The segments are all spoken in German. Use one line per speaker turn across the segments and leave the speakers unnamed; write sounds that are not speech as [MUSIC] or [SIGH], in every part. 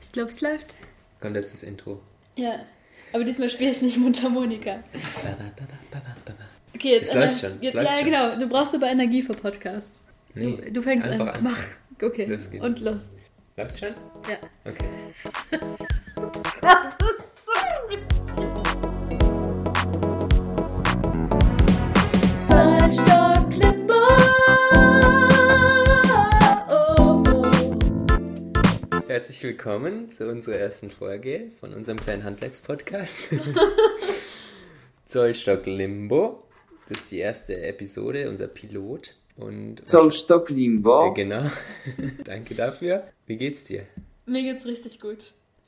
Ich glaube, es läuft.
Kommt jetzt das Intro.
Ja. Aber diesmal spiele ich nicht Mundharmonika.
Ba, ba, ba, ba, ba, ba, ba.
Okay, jetzt.
Es läuft
Ener-
schon, es
Jetzt,
läuft
ja,
schon.
genau. Du brauchst aber Energie für Podcasts.
Nee,
Du, du fängst
einfach
an.
an.
Mach. Okay.
Los geht's.
Und los.
Läuft schon?
Ja.
Okay.
Zahnstock, Clipboard. Oh, oh.
Herzlich willkommen zu unserer ersten Folge von unserem
[LAUGHS]
kleinen Handwerks-Podcast. Zollstock Limbo. Das ist die erste Episode, unser Pilot. Und
Zollstock
Äh,
Limbo.
Genau. [LAUGHS] Danke dafür. Wie geht's dir?
Mir geht's richtig gut.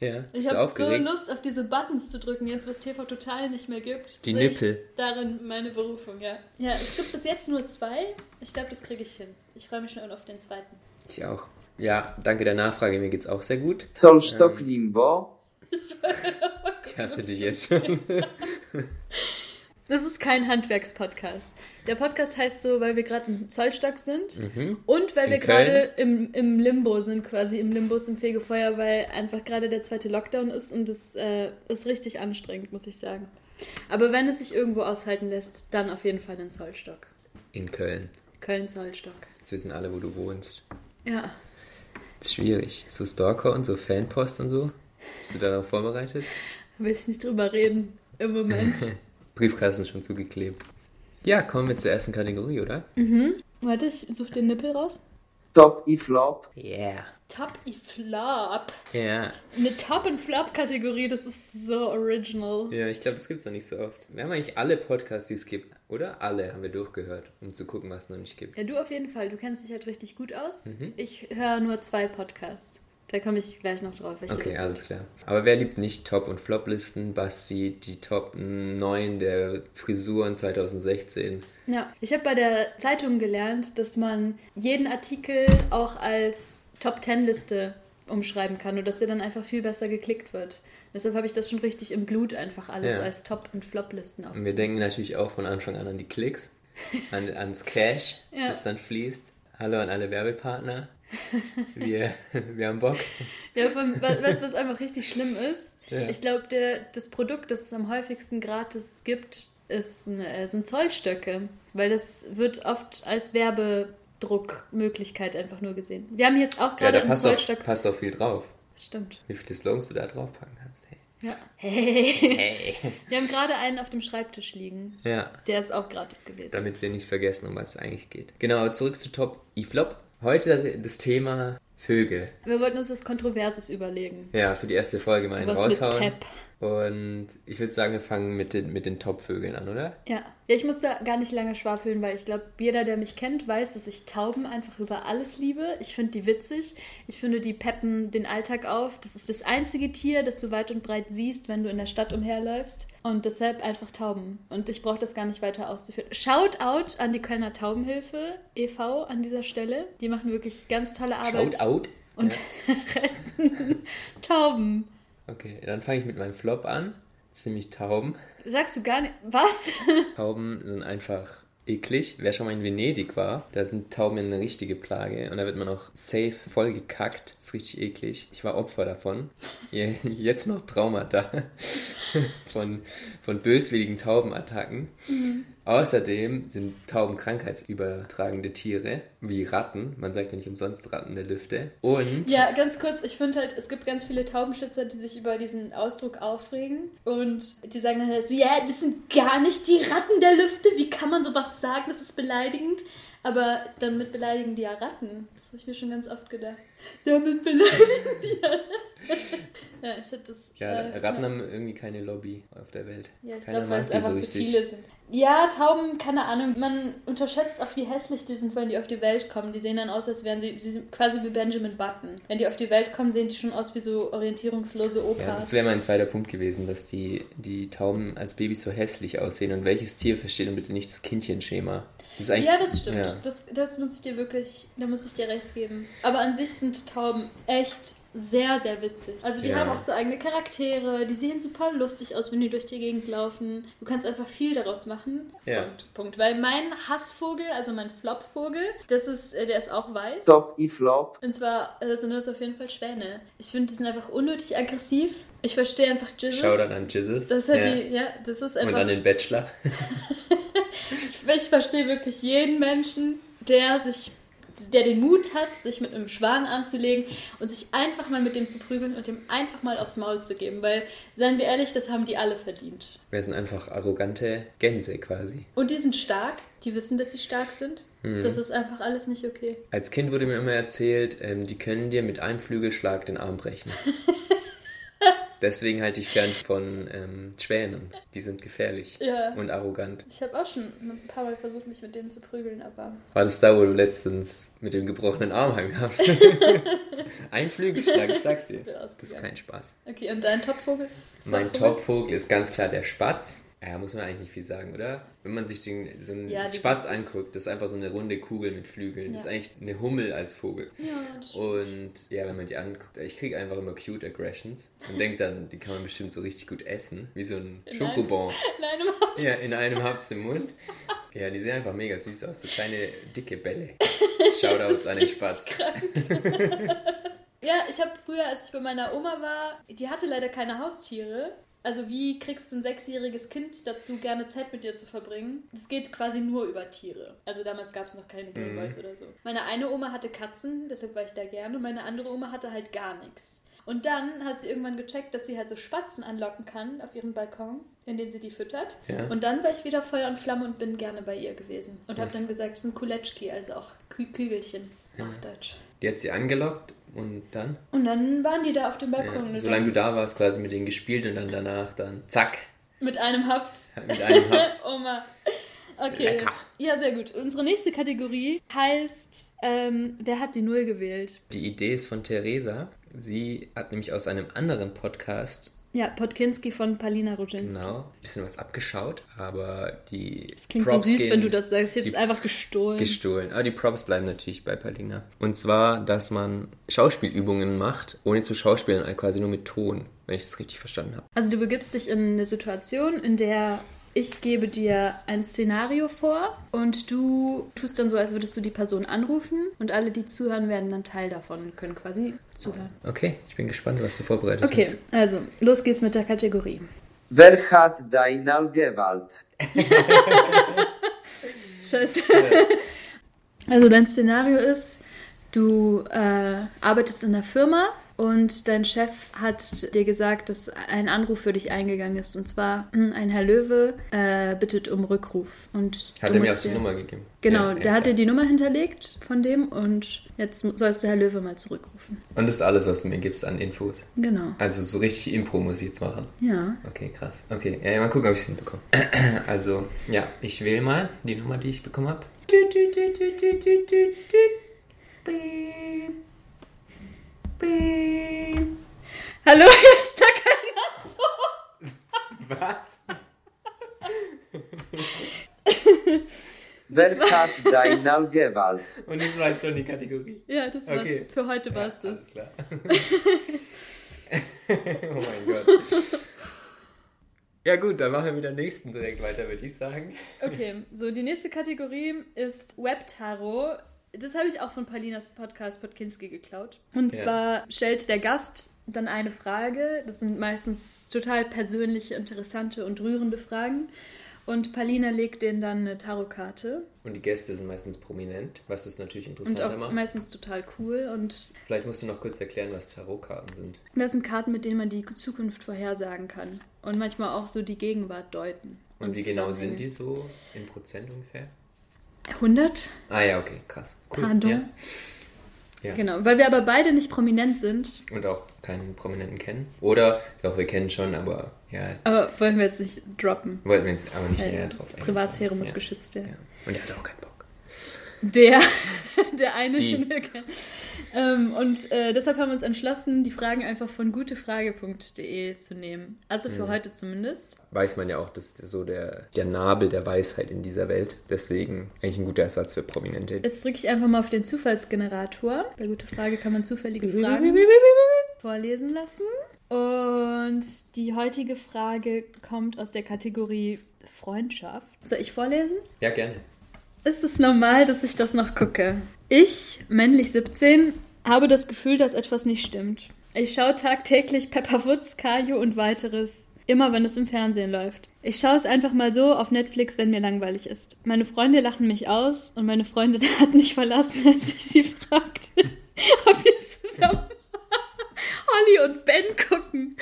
Ja,
Ich
bist du
habe so
aufgeregt?
Lust, auf diese Buttons zu drücken, jetzt wo es TV total nicht mehr gibt.
Die
sehe
Nippel.
Ich darin meine Berufung, ja. Ja, es gibt bis jetzt nur zwei. Ich glaube, das kriege ich hin. Ich freue mich schon auf den zweiten.
ich auch. Ja, danke der Nachfrage. Mir geht's auch sehr gut.
Zollstock Limbo.
Ich hasse dich
[LAUGHS]
jetzt schon.
Das ist kein Handwerkspodcast. Der Podcast heißt so, weil wir gerade im Zollstock sind und weil
Mhm. In
wir gerade im, im Limbo sind, quasi im Limbus im Fegefeuer, weil einfach gerade der zweite Lockdown ist und es äh, ist richtig anstrengend, muss ich sagen. Aber wenn es sich irgendwo aushalten lässt, dann auf jeden Fall in Zollstock.
In Köln.
Köln-Zollstock.
Jetzt wissen alle, wo du wohnst.
Ja.
Ist schwierig. So Stalker und so Fanpost und so. Bist du darauf vorbereitet?
Will ich nicht drüber reden im Moment.
Briefkasten schon zugeklebt. Ja, kommen wir zur ersten Kategorie, oder?
[LAUGHS] Warte, ich suche den Nippel raus.
Top i Flop.
Yeah.
Top i Flop.
Ja.
Eine Top und Flop Kategorie, das ist so original.
Ja, ich glaube, das gibt's noch nicht so oft. Wir haben eigentlich alle Podcasts, die es gibt, oder? Alle haben wir durchgehört, um zu gucken, was es noch nicht gibt.
Ja, du auf jeden Fall. Du kennst dich halt richtig gut aus. Ich höre nur zwei Podcasts. Da komme ich gleich noch drauf. welche
Okay,
das
alles klar. Aber wer liebt nicht Top- und Flop-Listen? BuzzFeed, die Top 9 der Frisuren 2016.
sind. Ja. Ich habe bei der Zeitung gelernt, dass man jeden Artikel auch als Top 10 Liste umschreiben kann und dass der dann einfach viel besser geklickt wird. Deshalb habe ich das schon richtig im Blut einfach alles
Ja.
als Top- und Flop-Listen
Und wir
aufzunehmen.
denken natürlich auch von Anfang an an die Klicks, an, ans Cash,
[LAUGHS] Ja.
das dann fließt. Hallo an
[LAUGHS]
alle Werbepartner. Wir, wir haben Bock.
Ja, von, we- weißt du, was einfach richtig schlimm ist?
Ja.
Ich glaube, das Produkt, das es am häufigsten gratis gibt, ist ein, äh, sind Zollstöcke. Weil das wird oft als Werbedruckmöglichkeit einfach nur gesehen. Wir haben jetzt auch
Ja,
gerade
da
einen
passt auch,
Zollstock.
passt auch viel drauf.
Stimmt.
Wie viele Slogans du da draufpacken kannst. Hey.
Ja. [LAUGHS] Hey. [LAUGHS]
Hey.
Wir haben gerade einen auf dem Schreibtisch liegen.
Ja,
Der ist auch gratis gewesen.
damit wir nicht vergessen, um was es eigentlich geht. Genau, zurück zu Top E-Flop. Heute das Thema Vögel.
Wir wollten uns was Kontroverses überlegen.
Ja, für die erste Folge mal einen
Was mit
raushauen.
Pep.
Und ich würde sagen, wir fangen mit den, mit den Top-Vögeln an, oder?
Ja. ja, ich musste gar nicht lange schwafeln, weil ich glaube, jeder, der mich kennt, weiß, dass ich Tauben einfach über alles liebe. Ich finde die witzig. Ich finde, die peppen den Alltag auf. Das ist das einzige Tier, das du weit und breit siehst, wenn du in der Stadt umherläufst. Und deshalb einfach Tauben. Und ich brauche das gar nicht weiter auszuführen. Shoutout an die Kölner Taubenhilfe e.V. an dieser Stelle. Die machen wirklich ganz tolle Arbeit.
Out, out.
Und [LAUGHS] retten Tauben.
Okay, dann fange ich mit meinem Flop an. Das ist nämlich Tauben.
Sagst du gar nicht. Was?
Tauben sind einfach eklig. Wer schon mal in Venedig war, da sind Tauben eine richtige Plage und da wird man auch safe voll gekackt. Das ist richtig eklig. Ich war Opfer davon. [LAUGHS] Je- Jetzt noch Traumata [LAUGHS] von, von böswilligen Taubenattacken.
Mhm.
Außerdem sind Tauben krankheitsübertragende Tiere, wie Ratten. Man sagt ja nicht umsonst Ratten der Lüfte. Und
Ja, ganz kurz, ich finde halt, es gibt ganz viele Taubenschützer, die sich über diesen Ausdruck aufregen und die sagen dann, halt, ja, das sind gar nicht die Ratten der Lüfte, wie kann man sowas sagen, das ist beleidigend. Aber damit beleidigen die ja Ratten. Das habe ich mir schon ganz oft gedacht. Damit beleidigen die ja Ratten. [LAUGHS] Ja, ich hätte das.
ja,
äh, das
Ratten
mal-
haben irgendwie keine Lobby auf der Welt.
ja, ich
Keiner
glaube, weil
mag
es
die
einfach
so
zu
richtig.
viele sind. Ja, Tauben, keine Ahnung. Man unterschätzt auch, wie hässlich die sind, wenn die auf die Welt kommen. Die sehen dann aus, als wären sie, sie sind quasi wie Benjamin Button. Wenn die auf die Welt kommen, sehen die schon aus wie so orientierungslose
Ja, das
Opas.
wäre mein zweiter Punkt gewesen, dass die, die Tauben als Babys so hässlich aussehen. Und welches Tier versteht denn bitte nicht das Kindchenschema? Das ist eigentlich-
Ja, das stimmt.
ja.
Das, das muss ich dir wirklich, da muss ich dir recht geben. Aber an sich sind Tauben echt sehr, sehr witzig. Also die
Ja.
haben auch so eigene Charaktere, die sehen super lustig aus, wenn die durch die Gegend laufen. Du kannst einfach viel daraus machen.
Ja.
Punkt, Punkt. Weil mein Hassvogel, also mein Flopvogel, das ist, äh, der ist auch weiß.
Stop i flop.
Und zwar äh, sind das auf jeden Fall Schwäne. Ich finde, die sind einfach unnötig aggressiv. Ich verstehe einfach Jesus.
Shoutout an Jesus.
Das ist halt
ja.
die, ja, das ist einfach.
Und an den Bachelor.
Ich, ich verstehe wirklich jeden Menschen, der sich, der den Mut hat, sich mit einem Schwan anzulegen und sich einfach mal mit dem zu prügeln und dem einfach mal aufs Maul zu geben. Weil, seien wir ehrlich, das haben die alle verdient.
Wir sind einfach arrogante Gänse quasi.
Und die sind stark, die wissen, dass sie stark sind. Das ist einfach alles nicht okay.
Als Kind wurde mir immer erzählt, ähm, die können dir mit einem Flügelschlag den Arm brechen.
[LAUGHS]
Deswegen halte ich fern von ähm, Schwänen. Die sind gefährlich
Ja.
und arrogant.
Ich habe auch schon ein paar Mal versucht, mich mit denen zu prügeln, aber.
War das da, wo du letztens mit dem gebrochenen
[LAUGHS]
Arm heimkamst? ein Flügelschlag, ich sag's dir.
Bin
Das ist
ausgegangen.
kein Spaß.
Okay, und dein Topvogel?
Mein
Vogel?
Topvogel ist ganz klar der Spatz. Ja, muss man eigentlich nicht viel sagen, oder? Wenn man sich den, so einen
Ja, die
Spatz
sind süß.
anguckt, das ist einfach so eine runde Kugel mit Flügeln. Das ist
Ja.
eigentlich eine Hummel als Vogel.
Ja, das stimmt.
Und ja, wenn man die anguckt, ich kriege einfach immer cute Aggressions und denke dann, die kann man bestimmt so richtig gut essen, wie so ein
Nein.
Schokobon.
Nein, überhaupt
Ja, in einem Haps im Mund. Ja, die sehen einfach mega süß aus, so kleine dicke Bälle. Shoutouts an den
richtig
Spatz. [LAUGHS]
Ja, ich habe früher, als ich bei meiner Oma war, die hatte leider keine Haustiere. Also wie kriegst du ein sechsjähriges Kind dazu, gerne Zeit mit dir zu verbringen? Das geht quasi nur über Tiere. Also damals gab es noch keine
Mhm.
Gameboys oder so. Meine eine Oma hatte Katzen, deshalb war ich da gerne. Und meine andere Oma hatte halt gar nichts. Und dann hat sie irgendwann gecheckt, dass sie halt so Spatzen anlocken kann auf ihrem Balkon, indem sie die füttert.
Ja.
Und dann war ich wieder Feuer und Flamme und bin gerne bei ihr gewesen. Und habe
Was?
dann gesagt, es sind Kuletschki, also auch Kü Kügelchen auf Deutsch.
Die hat sie angelockt und dann,
Und dann waren die da auf dem Balkon.
ja,
Und
solange du da warst, quasi mit denen gespielt und dann danach dann zack,
Mit einem Haps.
mit
[LAUGHS]
einem Haps.
Oma. Okay.
Lecker.
Ja, sehr gut. Unsere nächste Kategorie heißt, ähm, wer hat die Null gewählt?
Die Idee ist von Theresa. Sie hat nämlich aus einem anderen Podcast
Ja, Podkinski von Palina Rudzin.
Genau. Ein bisschen was abgeschaut, aber die.
Das klingt so süß, wenn du das sagst. Ich hab's
die-
einfach gestohlen.
Gestohlen. Aber die Props bleiben natürlich bei Palina. Und zwar, dass man Schauspielübungen macht, ohne zu schauspielen, also quasi nur mit Ton, wenn ich es richtig verstanden habe.
also du begibst dich in eine Situation, in der ich gebe dir ein Szenario vor und du tust dann so, als würdest du die Person anrufen und alle, die zuhören, werden dann Teil davon und können quasi zuhören.
Okay, ich bin gespannt, was du vorbereitet
Okay,
hast.
also los geht's mit der Kategorie.
Wer hat deiner Gewalt?
Scheiße. [LAUGHS] Also dein Szenario ist, du äh, arbeitest in einer Firma und dein Chef hat dir gesagt, dass ein Anruf für dich eingegangen ist. Und zwar hm, ein Herr Löwe äh, bittet um Rückruf. Und
Hat
du
er mir
musst
auch die
dir-
Nummer gegeben?
Genau,
Ja, ja,
der hat dir
klar.
die Nummer hinterlegt von dem und jetzt mu- sollst du Herr Löwe mal zurückrufen.
Und das ist alles, was du mir gibst an Infos.
Genau.
Also so richtig Impro muss ich jetzt machen.
Ja.
Okay, krass. Okay, ja, mal gucken, ob ich es hinbekomme. [CLEARS THROAT] Also, ja, ich wähle mal die Nummer, die ich bekommen habe.
Hallo, [LAUGHS] hier ist da keiner so.
Was?
Wer hat deiner Gewalt?
Und das war jetzt schon die Kategorie.
[LAUGHS] Ja, das war's.
Okay.
Für heute war's
Ja,
das.
Alles
[LAUGHS]
klar. oh mein Gott. Ja gut, dann machen wir mit der nächsten direkt weiter, würde ich sagen.
Okay, so die nächste Kategorie ist Webtarot. Das habe ich auch von Paulinas Podcast Podkinski geklaut. Und
Ja.
zwar stellt der Gast dann eine Frage. Das sind meistens total persönliche, interessante und rührende Fragen. Und Paulina legt denen dann eine Tarotkarte.
Und die Gäste sind meistens prominent, was es natürlich
Und
interessanter
auch
macht.
meistens total cool. Und
Vielleicht musst du noch kurz erklären, was Tarotkarten sind.
das sind Karten, mit denen man die Zukunft vorhersagen kann. Und manchmal auch so die Gegenwart deuten.
Und, wie genau sind die
Zusammenhänge.
so in Prozent ungefähr?
100?
Ah ja, okay, krass. Cool.
Pardon?
Ja. Ja.
Genau, weil wir aber beide nicht prominent sind,
Und auch keinen Prominenten kennen. Oder doch, wir kennen schon, aber ja,
Aber wollen wir jetzt nicht droppen.
wollten wir jetzt aber nicht
Weil
näher drauf eingehen.
Äh, Privatsphäre muss
ja.
geschützt werden.
Ja. Und er hat auch keinen Bock.
Der, [LAUGHS] der eine,
Die.
den wir kennen. Ähm, und äh, deshalb haben wir uns entschlossen, die Fragen einfach von gutefrage.de zu nehmen. Also
Mhm.
für heute zumindest.
Weiß man ja auch, das ist so der, der Nabel der Weisheit in dieser Welt. Deswegen eigentlich ein guter Ersatz für Prominente.
Jetzt drücke ich einfach mal auf den Zufallsgenerator. Bei gute Frage kann man zufällige Fragen vorlesen lassen. Und die heutige Frage kommt aus der Kategorie Freundschaft. Soll ich vorlesen?
Ja, gerne.
Ist es normal, dass ich das noch gucke? Ich, männlich 17, habe das Gefühl, dass etwas nicht stimmt. Ich schaue tagtäglich Pepper Woods, Caillou und weiteres. Immer wenn es im Fernsehen läuft. Ich schaue es einfach mal so auf Netflix, wenn mir langweilig ist. Meine Freunde lachen mich aus und meine Freundin [LAUGHS] hat mich verlassen, als ich sie fragte, [LAUGHS] ob wir zusammen [LAUGHS] Holly und Ben gucken.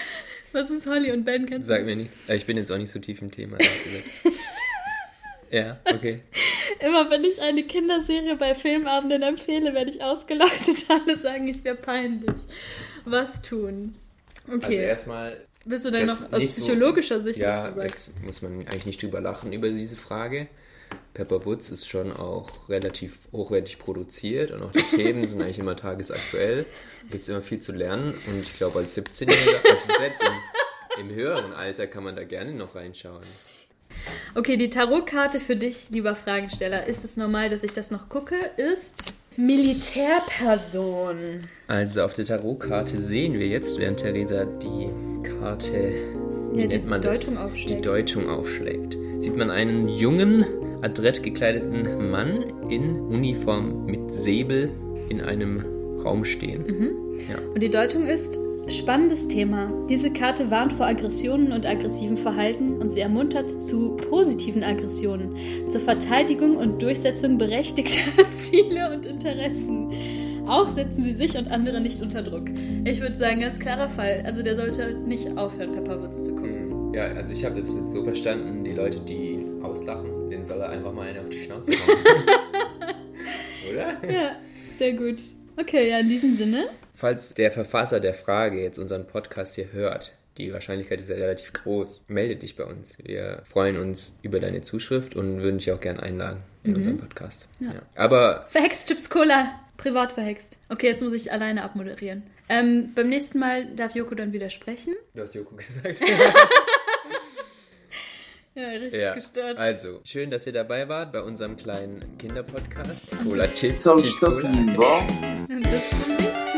Was ist Holly und Ben? Kennst du
Sag mir nichts. Äh, Ich bin jetzt auch nicht so tief im Thema.
[LAUGHS]
ehrlich gesagt. ja, okay.
Immer wenn ich eine Kinderserie bei Filmabenden empfehle, werde ich ausgelacht und alle sagen, ich wäre peinlich. Was tun?
Also
Okay.
erstmal
Bist du denn
das
noch aus
nicht so-
psychologischer Sicht was
Ja,
du sagst?
jetzt muss man eigentlich nicht drüber lachen über diese Frage. Pepper Woods ist schon auch relativ hochwertig produziert und auch die Themen sind eigentlich immer tagesaktuell. Gibt es immer viel zu lernen und ich glaube als 17-Jähriger, also selbst im, im höheren Alter kann man da gerne noch reinschauen.
Okay, die Tarotkarte für dich, lieber Fragesteller. Ist es normal, dass ich das noch gucke? Ist Militärperson.
Also auf der Tarotkarte sehen wir jetzt, während Theresa die Karte, wie
Ja, die
nennt man
Deutung
das?
aufschlägt.
Die Deutung aufschlägt. Sieht man einen jungen, adrett gekleideten Mann in Uniform mit Säbel in einem Raum stehen.
Mhm. Und die Deutung ist spannendes Thema. Diese Karte warnt vor Aggressionen und aggressivem Verhalten und sie ermuntert zu positiven Aggressionen, zur Verteidigung und Durchsetzung berechtigter [LAUGHS] Ziele und Interessen. Auch setzen sie sich und andere nicht unter Druck. Ich würde sagen, ganz klarer Fall. Also der sollte nicht aufhören, Pepperwoods zu gucken.
Hm, Ja, also ich habe das jetzt so verstanden, die Leute, die ihn auslachen, den soll er einfach mal einen auf die
[LAUGHS]
Schnauze hauen. Oder?
Ja, sehr gut. Okay, ja, in diesem Sinne.
Falls der Verfasser der Frage jetzt unseren Podcast hier hört, die Wahrscheinlichkeit ist ja relativ groß, melde dich bei uns. Wir freuen uns über deine Zuschrift und würden dich auch gerne einladen in unseren Podcast. Ja. Aber
Verhext Chips Cola. Privat verhext. Okay, jetzt muss ich alleine abmoderieren. Ähm, beim nächsten Mal darf Joko dann wieder sprechen.
du hast Joko gesagt.
Ja, richtig
ja.
gestört.
Also, schön, dass ihr dabei wart bei unserem kleinen Kinderpodcast. Cola Chips,
Coś
Chips
to
Cola.
piwo.
Bis zum nächsten Mal.